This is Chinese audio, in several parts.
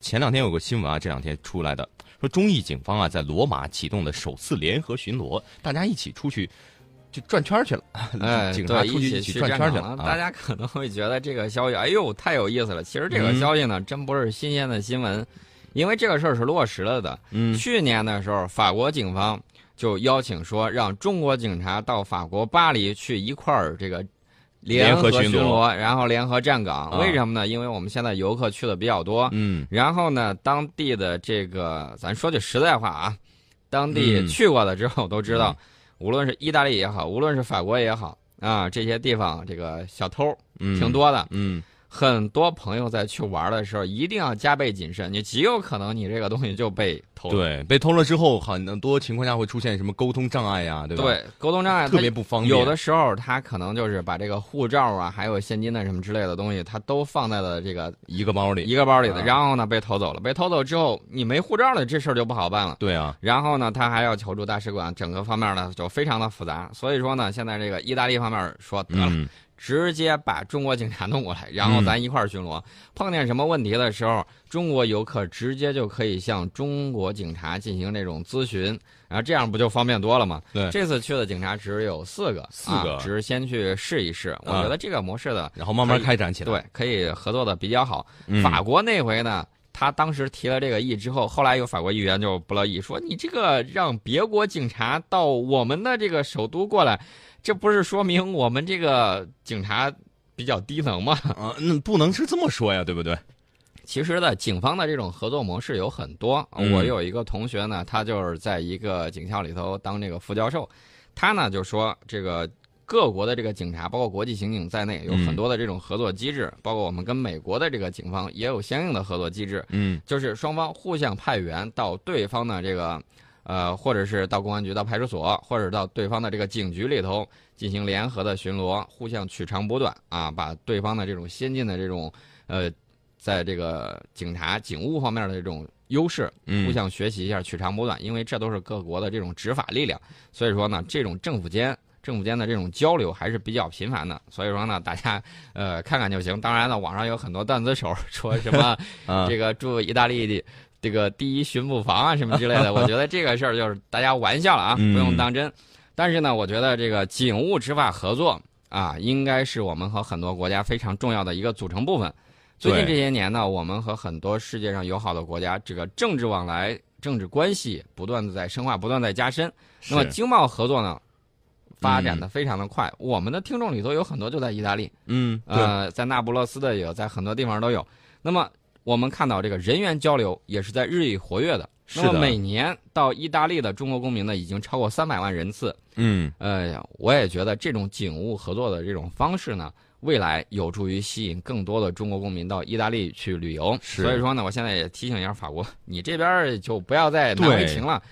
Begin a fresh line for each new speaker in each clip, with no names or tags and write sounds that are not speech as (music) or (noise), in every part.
前两天有个新闻啊，这两天出来的，说中意警方啊在罗马启动了首次联合巡逻，大家一起出去就转圈儿去了， (laughs)
哎，
警察
对
出
一
去一
起
转圈儿
战
去
场
了，
大
啊、
家可能会觉得这个消息，哎呦，太有意思了。其实这个
嗯
消息呢，真不是新鲜的新闻，因为这个事儿是落实了的。
嗯
去年的时候，法国警方就邀请说，让中国警察到法国巴黎去一块儿这个联
合
合
巡逻
巡逻，然后联合站岗。
啊
为什么呢？因为我们现在游客去的比较多，
嗯
然后呢，当地的这个，咱说句实在话啊，当地
嗯
去过的之后都知道，无论是意大利也好，无论是法国也好啊，这些地方这个小偷
嗯，
挺，多的。
嗯
很多朋友在去玩的时候，一定要加倍谨慎，你极有可能你这个东西就被偷了。
对，被偷了之后，很多情况下会出现什么沟通障碍呀、对吧？哎
对，沟通障碍
特别不方便。
有的时候他可能就是把这个护照啊，还有现金的什么之类的东西，他都放在了这个
一个包里，
一个包里
啊
的，然后呢被偷走了。被偷走之后，你没护照了，这事儿就不好办了。
对啊，
然后呢，他还要求助大使馆，整个方面呢就非常的复杂。所以说呢，现在这个意大利方面说得了，
嗯
直接把中国警察弄过来，然后咱一块儿巡逻。碰见什么问题的时候，中国游客直接就可以向中国警察进行这种咨询，然后这样不就方便多了吗？
对
这次去的警察只有四个，
四个
啊只是先去试一试。我
啊
觉得这个模式的，
然后慢慢
可以
开展起来。
对，可以合作的比较好。
嗯
法国那回呢，他当时提了这个议之后，后来有法国议员就不乐意，说你这个让别国警察到我们的这个首都过来，这不是说明我们这个警察比较低能吗？ (laughs)
啊，那不能是这么说呀，对不对？
其实呢，警方的这种合作模式有很多。
嗯
我有一个同学呢，他就是在一个警校里头当这个副教授，他呢就说这个。各国的这个警察，包括国际刑警在内，有
嗯
很多的这种合作机制，包括我们跟美国的这个警方也有相应的合作机制。
嗯
就是双方互相派员到对方的这个，呃，或者是到公安局、到派出所，或者到对方的这个警局里头进行联合的巡逻，互相取长补短啊，把对方的这种先进的这种呃，在这个警察、警务方面的这种优势，互
嗯，
相学习一下，取长补短，因为这都是各国的这种执法力量，所以说呢，这种政府间。政府间的这种交流还是比较频繁的，所以说呢，大家呃看看就行。当然了，网上有很多段子手说什么
啊
这个驻意大利的这个第一巡捕房啊什么之类
(laughs)
的，我觉得这个事儿就是大家玩笑了啊，不
嗯
用当真。但是呢，我觉得这个警务执法合作啊，应该是我们和很多国家非常重要的一个组成部分。最近
对
这些年呢，我们和很多世界上友好的国家这个政治往来、政治关系不断的在深化，不断地在加深。那么
是
经贸合作呢，发展的非常的快。我们的听众里头有很多就在意大利，
嗯，对，
呃，在那不勒斯的也有，在很多地方都有。那么我们看到这个人员交流也是在日益活跃的。
是
那
的
么每年到意大利的中国公民呢，已经超过三百万人次。
嗯
呃，我也觉得这种警务合作的这种方式呢，未来有助于吸引更多的中国公民到意大利去旅游。
是
所以说呢，我现在也提醒一下法国，你这边儿就不要再难为情了，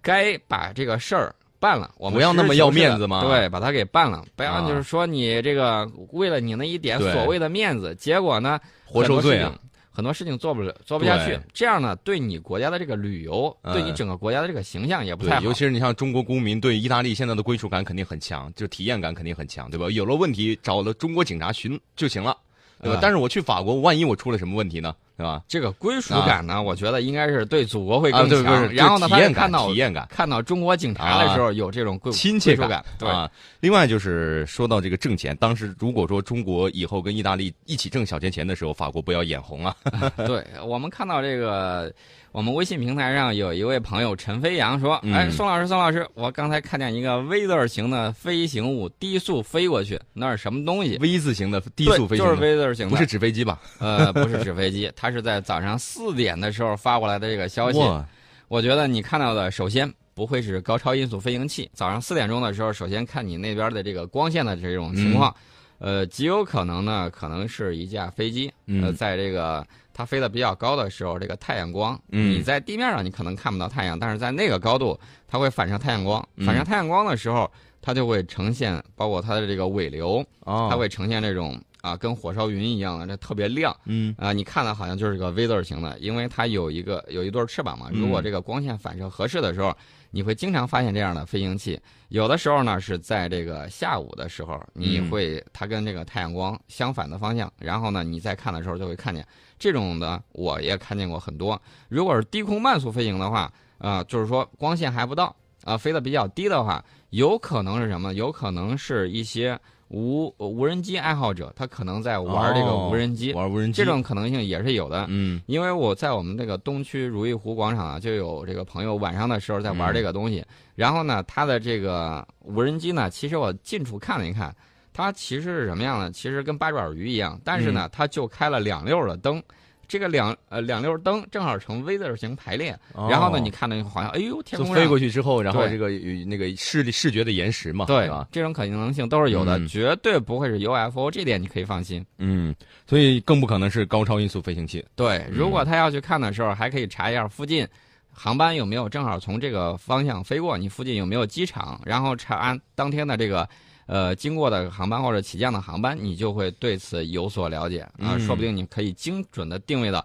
该把这个事儿办了。我们
不要那么
实事
要
求是地
面子嘛
对，把它给办了，不
啊
要就是说你这个为了你那一点
对
所谓的面子，结果呢，
活受罪啊
很多事情！很多事情做不了，做不下去
对。
这样呢，对你国家的这个旅游，
嗯
对你整个国家的这个形象也不
对
太，好
尤。其是你像中国公民对意大利现在的归属感肯定很强，就体验感肯定很强，对吧？有了问题找了中国警察巡就行了，对吧？
啊
但是我去法国，万一我出了什么问题呢？对吧？
这个归属感呢，我觉得应该是对祖国会
啊，
更
对，
强。
不是，
然后呢，
就
他
体
也
验
看
感，
到
体验感。
看到中国警察的时候有这种归
亲切
归属
感
感，对，
啊。另外就是说到这个挣钱，当时如果说中国以后跟意大利一起挣小钱钱的时候，法国不要眼红啊。
对我们看到这个，我们微信平台上有一位朋友陈飞扬说：“
嗯
哎，宋老师，宋老师，我刚才看见一个 V 字儿形的飞行物低速飞过去，那是什么东西？
V 字形的低
对
速飞行
就
的，
是 V 字儿形的，
不是纸飞机吧？
呃，不是纸飞机，它是在早上四点的时候发过来的这个消息。
哇，
我觉得你看到的，首先不会是高超音速飞行器。早上四点钟的时候，首先看你那边的这个光线的这种
嗯
情况，呃，极有可能呢，可能是一架飞机，呃，
嗯
在这个它飞得比较高的时候，这个太阳光，
嗯
你在地面上你可能看不到太阳，但是在那个高度，它会反射太阳光，
嗯
反射太阳光的时候，它就会呈现，包括它的这个尾流，
哦，
它会呈现这种啊，跟火烧云一样的，这特别亮
嗯
啊、你看了好像就是个 V 字形的，因为它有一个有一对翅膀嘛。
嗯
如果这个光线反射合适的时候，你会经常发现这样的飞行器。有的时候呢是在这个下午的时候，你
嗯
会它跟这个太阳光相反的方向，然后呢你再看的时候就会看见这种的，我也看见过很多。如果是低空慢速飞行的话，啊、就是说光线还不到啊、飞得比较低的话，有可能是什么？有可能是一些无无人机爱好者，他可能在玩这个
哦
无人机，
玩无人机
这种可能性也是有的。
嗯
因为我在我们这个东区如意湖广场啊，就有这个朋友晚上的时候在玩
嗯
这个东西。然后呢，它的这个无人机呢，其实我近处看了一看，它其实是什么样呢？其实跟八爪鱼一样，但是
嗯
呢，它就开了两溜儿的灯。这个两呃两溜儿灯正好呈 V 字形排列，然后呢，你看着好像哎呦天
哦就
空
飞
上
过去之后，然后
对
这个与那个视力视觉的延时嘛，
对
是吧？
这种可能性都是有的，
嗯
绝对不会是 UFO，这点你可以放心。
嗯，所以更不可能是高超音速飞行器。
对，
嗯
如果他要去看的时候，还可以查一下附近航班有没有正好从这个方向飞过，你附近有没有机场，然后查按当天的这个呃经过的航班或者起降的航班，你就会对此有所了解啊，
嗯
说不定你可以精准的定位到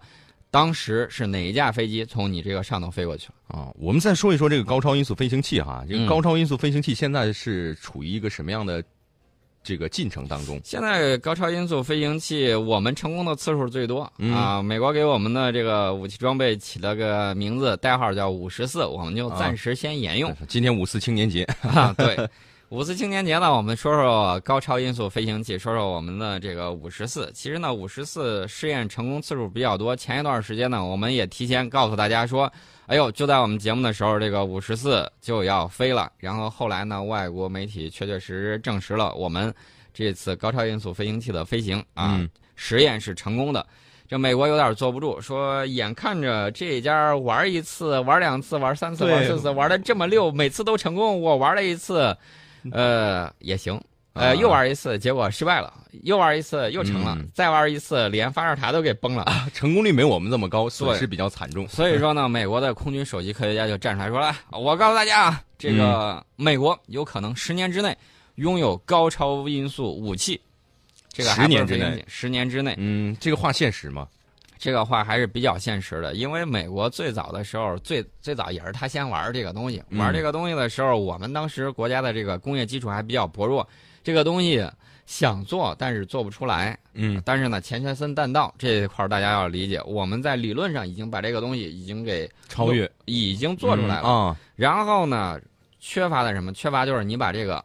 当时是哪一架飞机从你这个上头飞过去了。
啊，我们再说一说这个高超音速飞行器哈，这个
嗯
高超音速飞行器现在是处于一个什么样的这个进程当中？
现在高超音速飞行器，我们成功的次数最多啊、
嗯
美国给我们的这个武器装备起了个名字，代号叫五十四，我们
啊
就暂时先沿用。
今天五四青年节，
(laughs) 啊，对。五四青年节呢，我们说说高超音速飞行器，说说我们的这个五十四。其实呢，五十四试验成功次数比较多。前一段时间呢，我们也提前告诉大家说，哎呦，就在我们节目的时候，这个五十四就要飞了。然后后来呢，外国媒体确确实实证实了我们这次高超音速飞行器的飞行啊，
嗯
实验是成功的。这美国有点坐不住，说眼看着这家玩一次、玩两次、玩三次、
对
玩四次，玩的这么溜，每次都成功。我玩了一次，呃，也行，
啊
呃，又玩一次，结果失败了，又玩一次又成了，
嗯
再玩一次，连发射塔都给崩
(laughs)
了。
成功率没我们这么高，损
对
失比较惨重。
所以说呢，美国的空军首席科学家就站出来说了：“我告诉大家啊，这
嗯
个美国有可能十年之内拥有高超音速武器。”这个还不
10
是
年之内
飞行器，十年之内，
嗯，这个话现实嘛，
这个话还是比较现实的，因为美国最早的时候，最最早也是他先玩这个东西。
嗯
玩这个东西的时候，我们当时国家的这个工业基础还比较薄弱，这个东西想做但是做不出来。
嗯
但是呢，钱学森弹道这一块儿大家要理解，我们在理论上已经把这个东西已经给
超越
已经做出来了。哦
嗯啊，
然后呢，缺乏的什么？缺乏就是你把这个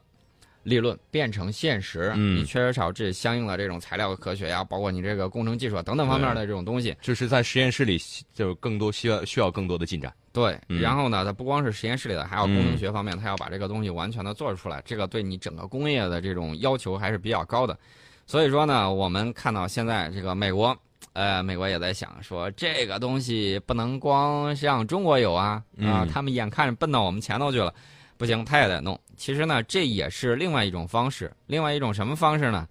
理论变成现实，
嗯
你缺少这相应的这种材料科学呀，包括你这个工程技术啊等等方面的这种东西。
就是在实验室里就更多需要需要更多的进展。
对，
嗯
然后呢，它不光是实验室里的，还有工
嗯
程学方面，它要把这个东西完全的做出来，这个对你整个工业的这种要求还是比较高的。所以说呢，我们看到现在这个美国，呃，美国也在想说，这个东西不能光让中国有啊，啊、
嗯
他们眼看着奔到我们前头去了，不行，他也得弄。其实呢，这也是另外一种方式，另外一种什么方式呢？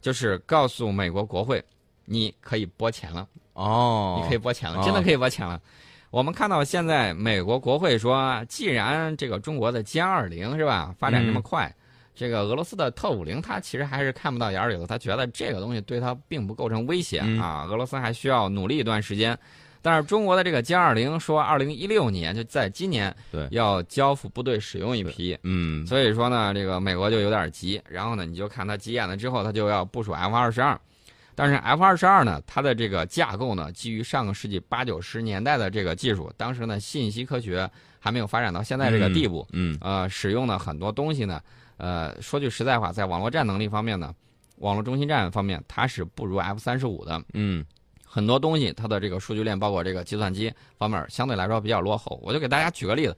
就是告诉美国国会，你可以拨钱了。
哦，
你可以拨钱了，
哦
真的可以拨钱了。我们看到现在美国国会说，既然这个中国的歼二零是吧发展这么
嗯
快，这个俄罗斯的特五零他其实还是看不到眼里头，他觉得这个东西对他并不构成威胁、
嗯
啊，俄罗斯还需要努力一段时间。但是中国的这个歼二零说，二零一六年就在今年
对
要交付部队使用一批，
嗯
所以说呢，这个美国就有点急，然后呢，你就看他急眼了之后，他就要部署 F 二十二。但是 F 二十二呢，它的这个架构呢，基于上个世纪八九十年代的这个技术，当时呢，信息科学还没有发展到现在这个地步，
嗯
呃，使用的很多东西呢，呃，说句实在话，在网络战能力方面呢，网络中心站方面，它是不如 F 三十五的。
嗯
很多东西它的这个数据链，包括这个计算机方面，相对来说比较落后。我就给大家举个例子，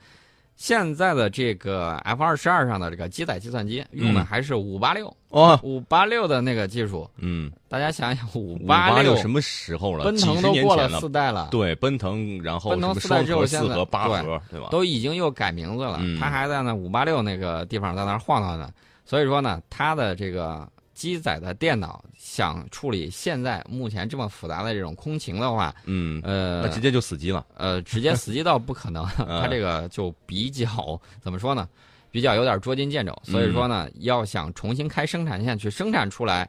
现在的这个 F 二十二上的这个机载计算机用的
嗯
还是五八六
哦
五八六的那个技术，
嗯，
大家想想五
五八
六
六什么时候了？
奔
几
腾
十
都
年
过
前
了
了。
四代了，
对，奔腾，然后
奔
什
腾
么
四代
双
只有
核、
现
四
在
核、八
对
核，对吧？
都已经又改名字了，
嗯
它还在那五八六那个地方在那儿晃荡呢。所以说呢，它的这个机载的电脑想处理现在目前这么复杂的这种空情的话，
嗯，
呃，
(laughs) 那直接就死机了。
呃，直接死机倒不可能，
嗯
(laughs) 他这个就比较怎么说呢？ (laughs)
嗯
比较有点捉襟见肘，所以说呢，要想重新开生产线去生产出来，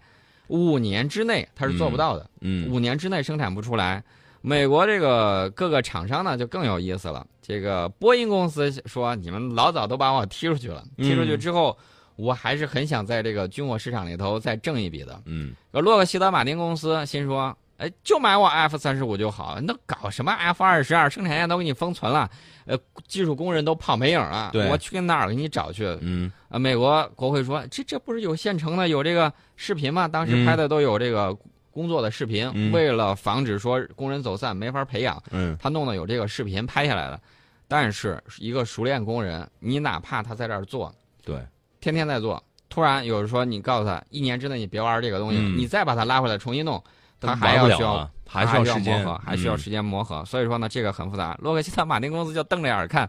五年之内它是做不到的，
嗯
五年之内生产不出来。美国这个各个厂商呢就更有意思了，这个波音公司说你们老早都把我踢出去了，踢出
嗯
去之后。我还是很想在这个军火市场里头再挣一笔的。
嗯
呃洛克希德马丁公司心说，哎，就买我 F 三十五就好，那搞什么 F 二十二，生产线都给你封存了，呃，技术工人都跑没影儿了，
对
我去哪儿给你找去？
嗯
啊，美国国会说，这这不是有现成的，有这个视频吗？当时拍的都有这个工作的视频，
嗯
为了防止说工人走散没法培养，
嗯
他弄的有这个视频拍下来了。但是一个熟练工人，你哪怕他在这儿做，
对，
天天在做，突然有人说你告诉他一年之内你别玩这个东西，
嗯
你再把他拉回来重新弄，他
但
还
玩不
要
了
需要
啊还
需
是时间
磨合，，还需要
嗯
时间磨合。所以说呢，这个很复杂。洛克希德马丁公司就瞪着眼儿看，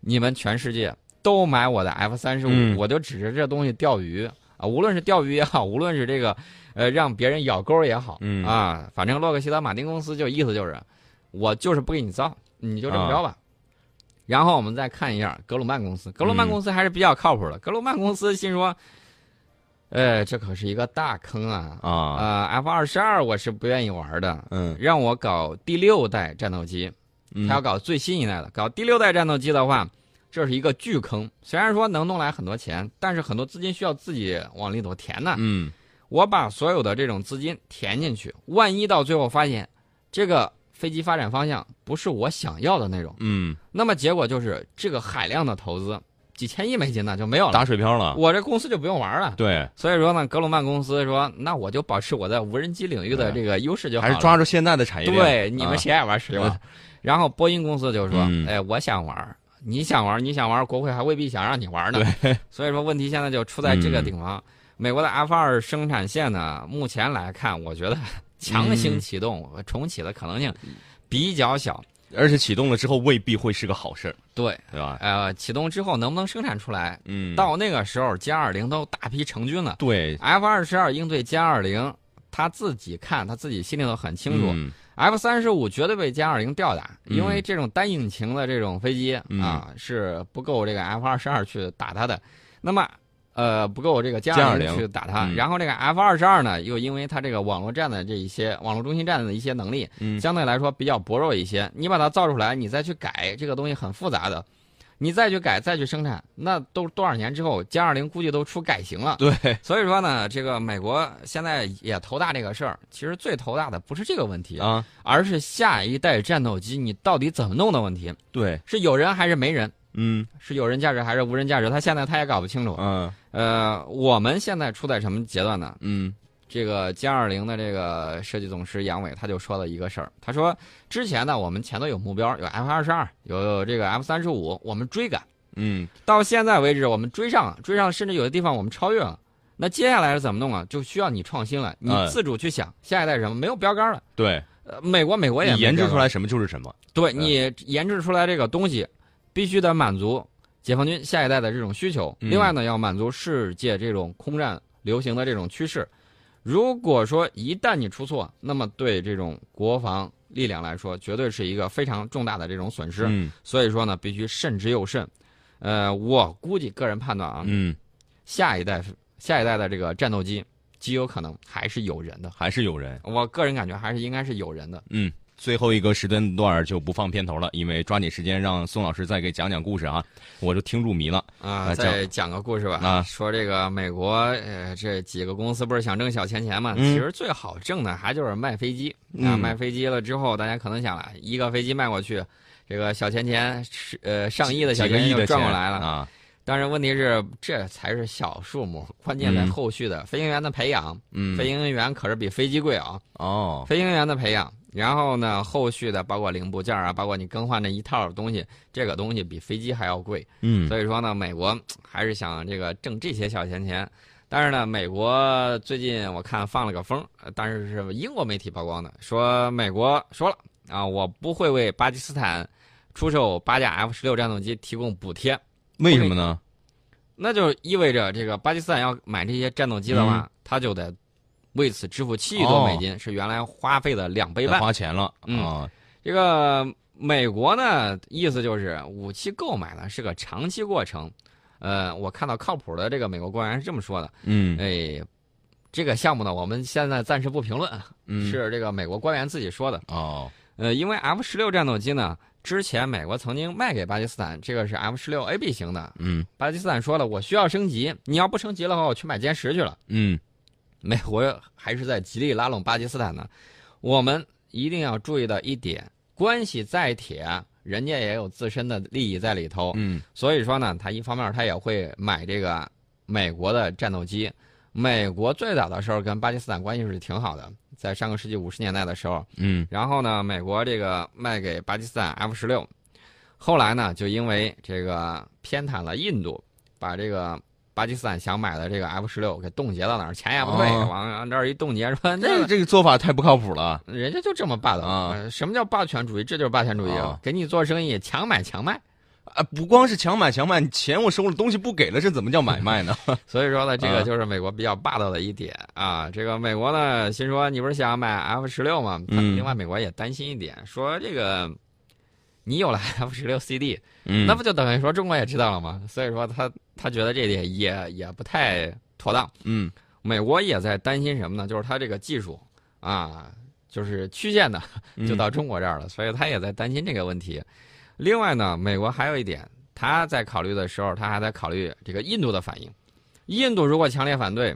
你们全世界都买我的 F 三十
嗯
五，我就指着这东西钓鱼啊，无论是钓鱼也好，无论是这个呃让别人咬钩也好，
嗯
啊，反正洛克希德马丁公司就意思就是，我就是不给你造，你就这么着
啊
吧。然后我们再看一下格鲁曼公司，格鲁曼
嗯
公司还是比较靠谱的。格鲁曼公司心说，呃，这可是一个大坑啊！
啊，
呃，F 二十二我是不愿意玩的，
嗯，
让我搞第六代战斗机，
嗯
他要搞最新一代的。搞第六代战斗机的话，这是一个巨坑。虽然说能弄来很多钱，但是很多资金需要自己往里头填呢。
嗯
我把所有的这种资金填进去，万一到最后发现这个飞机发展方向不是我想要的那种，
嗯，
那么结果就是这个海量的投资，几千亿美金呢就没有了，
打水漂了，
我这公司就不用玩了。
对，
所以说呢，格鲁曼公司说，那我就保持我在无人机领域的这个优势就好
哎还是
了。
抓住现在的产业链，
对，你们
啊
谁爱玩谁玩。然后波音公司就说：“
嗯
哎，我想玩，你想玩，你想玩，国会还未必想让你玩呢。”所以说问题现在就出在这
嗯
个地方。美国的 F 二生产线呢，目前来看，我
嗯
觉得强行启动、呃重启的可能性比较小。
而且启动了之后未必会是个好事儿，
对，
对吧？
呃，启动之后能不能生产出来？
嗯，
到那个时候，歼二零都大批成军了。
对
F 二十二应对歼二零，他自己看，他自己心里头很清楚。
嗯
F 三十五绝对被歼二零吊打，
嗯
因为这种单引擎的这种飞机、
嗯
啊是不够这个 F 二十二去打它的。那么，呃，不够这个歼
歼20
去打它。
嗯
然后这个 F 二十二呢，又因为它这个网络站的这一些网络中心站的一些能力，
嗯
相对来说比较薄弱一些。你把它造出来，你再去改这个东西很复杂的，你再去改再去生产，那都多少年之后，歼二零估计都出改型了。
对，
所以说呢，这个美国现在也头大这个事儿，其实最头大的不是这个问题
啊，
而是下一代战斗机你到底怎么弄的问题，
对，
是有人还是没人，
嗯
是有人价值还是无人价值，他现在他也搞不清楚。
嗯
呃，我们现在处在什么阶段呢？
嗯
这个歼二零的这个设计总师杨伟他就说了一个事儿，他说之前呢我们前头有目标，有 F 二十二，有这个 F 三十五，我们追赶，
嗯
到现在为止我们追上了，追上了甚至有的地方我们超越了。那接下来是怎么弄啊？就需要你创新了，你
哎
自主去想下一代是什么，没有标杆了。
对，
呃，美国美国也
你
没
研
标
制
杆
出来什么就是什么，
对你研制出来这个东西，必须得满足解放军下一代的这种需求。
嗯
另外呢，要满足世界这种空战流行的这种趋势。如果说一旦你出错，那么对这种国防力量来说，绝对是一个非常重大的这种损失。
嗯
所以说呢，必须慎之又慎。呃，我估计个人判断啊，
嗯，
下一代下一代的这个战斗机极有可能还是有人的。
还是有人。
我个人感觉还是应该是有人的。
嗯，最后一个时间段儿就不放片头了，因为抓紧时间让宋老师再给讲讲故事啊，我就听入迷了。
啊，
啊
再讲个故事吧。
啊
说这个美国，呃，这几个公司不是想挣小钱钱嘛？
嗯
其实最好挣的还就是卖飞机啊，
嗯
卖飞机了之后，大家可能想了，一个飞机卖过去，这个小钱钱是呃上亿的小
几个
钱钱
亿
就
的
赚
钱
过来了。
啊，
但是问题是，这才是小数目，关键在
嗯
后续的飞行员的培养。
嗯，
飞行员可是比飞机贵啊，
哦，
飞行员的培养。然后呢，后续的包括零部件啊，包括你更换的一套东西，这个东西比飞机还要贵。
嗯
所以说呢，美国还是想这个挣这些小钱钱。但是呢，美国最近我看放了个风，呃但是是英国媒体曝光的，说美国说了啊，我不会为巴基斯坦出售八架 F 十六战斗机提供补贴，
为什么呢？
那就意味着这个巴基斯坦要买这些战斗机的话，他就得为此支付七亿多美金，是原来花费的两倍
得
半。
花钱了
嗯
啊，
这个美国呢，意思就是武器购买呢是个长期过程。呃，我看到靠谱的这个美国官员是这么说的：，
嗯
哎，这个项目呢，我们现在暂时不评论，
嗯，
是这个美国官员自己说的。
哦，
呃，因为 F 十六战斗机呢，之前美国曾经卖给巴基斯坦，这个是 F 十六 AB 型的。
嗯
巴基斯坦说了，我需要升级，你要不升级的话，我去买歼十去了。
嗯，
美国还是在极力拉拢巴基斯坦呢。我们一定要注意到一点，关系再铁，人家也有自身的利益在里头。
嗯
所以说呢，他一方面他也会买这个美国的战斗机。美国最早的时候跟巴基斯坦关系是挺好的，在上个世纪五十年代的时候，
嗯
然后呢，美国这个卖给巴基斯坦 F 十六，后来呢，就因为这个偏袒了印度，把这个巴基斯坦想买的这个 F 十六给冻结到哪儿，钱也不退，
哦
往往这儿一冻结，说
这
那
这个做法太不靠谱了。
人家就这么霸道
啊
呃什么叫霸权主义？这就是霸权主义，
啊
给你做生意强买强卖。
啊，不光是强买强卖，钱我收了，东西不给了，这怎么叫买卖呢？
所以说呢，这
啊
个就是美国比较霸道的一点啊。这个美国呢，心说你不是想买 F 十六吗？
嗯
另外，美国也担心一点，说这个你有了 F 十六 CD，
嗯
(laughs) 那不就等于说中国也知道了吗？所以说他他觉得这点也也不太妥当。
嗯
美国也在担心什么呢？就是他这个技术啊，就是曲线的
嗯
(laughs) 就到中国这儿了，所以他也在担心这个问题。另外呢，美国还有一点，他在考虑的时候，他还在考虑这个印度的反应。印度如果强烈反对，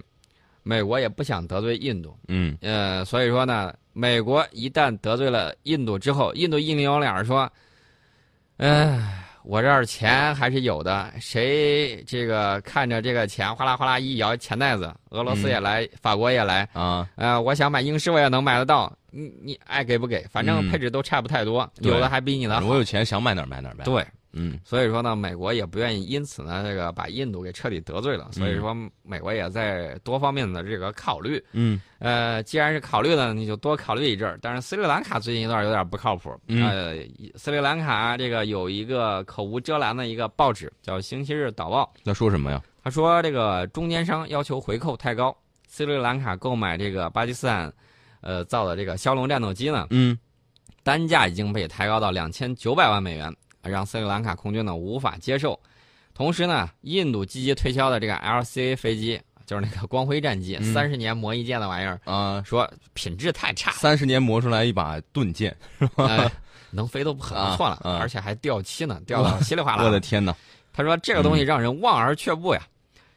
美国也不想得罪印度，
嗯
呃，所以说呢，美国一旦得罪了印度之后，印度一扭脸儿说：“哎，我这儿钱还是有的，谁这个看着这个钱哗啦哗啦一摇钱袋子，俄罗斯
嗯
也来，法国也来，
啊，
呃，我想买英式我也能买得到，你你爱给不给，反正
嗯
配置都差不太多，
对
有的还比你的好。
我有钱想买哪儿买哪儿呗。
对，
嗯
所以说呢，美国也不愿意因此呢这个把印度给彻底得罪了，所以说美国也在多方面的这个考虑。
嗯
呃，既然是考虑呢，你就多考虑一阵儿。但是斯里兰卡最近一段有点不靠谱。
嗯
呃，斯里兰卡这个有一个口无遮拦的一个报纸叫《星期日导报》，
那说什么呀？
他说这个中间商要求回扣太高，斯里兰卡购买这个巴基斯坦，呃造的这个枭龙战斗机呢，
嗯
单价已经被抬高到两千九百万美元，让斯里兰卡空军呢无法接受。同时呢，印度积极推销的这个 LCA 飞机，就是那个光辉战机，
嗯
三十、年磨一剑的玩意儿，
啊，
说品质太差，
三十年磨出来一把盾剑，
呃、能飞都很不错了，
啊啊啊
而且还掉漆呢，掉的稀里哗啦。
我的天哪！
他说这个
嗯
东西让人望而却步呀。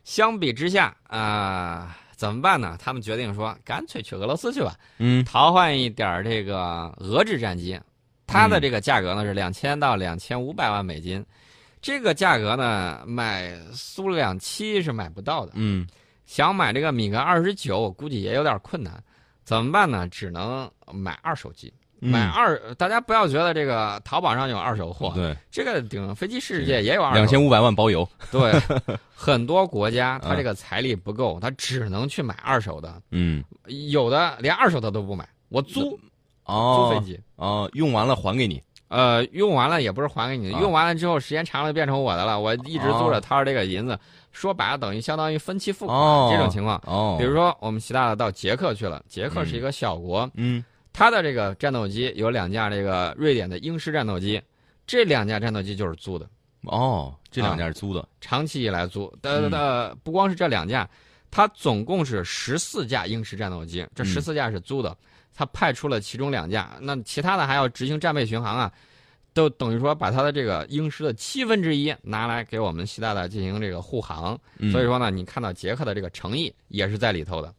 相比之下啊、怎么办呢？他们决定说，干脆去俄罗斯去吧，
嗯
淘换一点儿这个俄制战机。它
嗯
的这个价格呢是两千到两千五百万美金，这个价格呢买苏两七是买不到的。
嗯
想买这个米格二十九，我估计也有点困难，怎么办呢？只能买二手机。买
嗯，
二，大家不要觉得这个淘宝上有二手货，
对，
这个顶飞机世界也有二
两
手。
千五百万包邮。 (laughs)
对，很多国家它
嗯
这个财力不够，它只能去买二手的，
嗯
有的连二手的都不买，我租租飞
哦
机，
哦，用完了还给你。
呃，用完了也不是还给你，
啊
用完了之后时间长了变成我的了，我一直租着掏着这个银子，说白了等于相当于分期付款
哦
这种情况。
哦，
比如说，我们习大大到捷克去了，捷克是
嗯
一个小国，
嗯
它的这个战斗机有两架这个瑞典的鹰狮战斗机，这两架战斗机就是租的，
哦，这
啊
两家是租的。
长期以来租。呃呃，不光是这两架，它总共是十四架鹰狮战斗机，这
嗯
十四架是租的，它派出了其中两架，那其他的还要执行战备巡航啊，都等于说把它的这个鹰狮的七分之一拿来给我们习大大进行这个护航。
嗯
所以说呢，你看到捷克的这个诚意也是在里头的。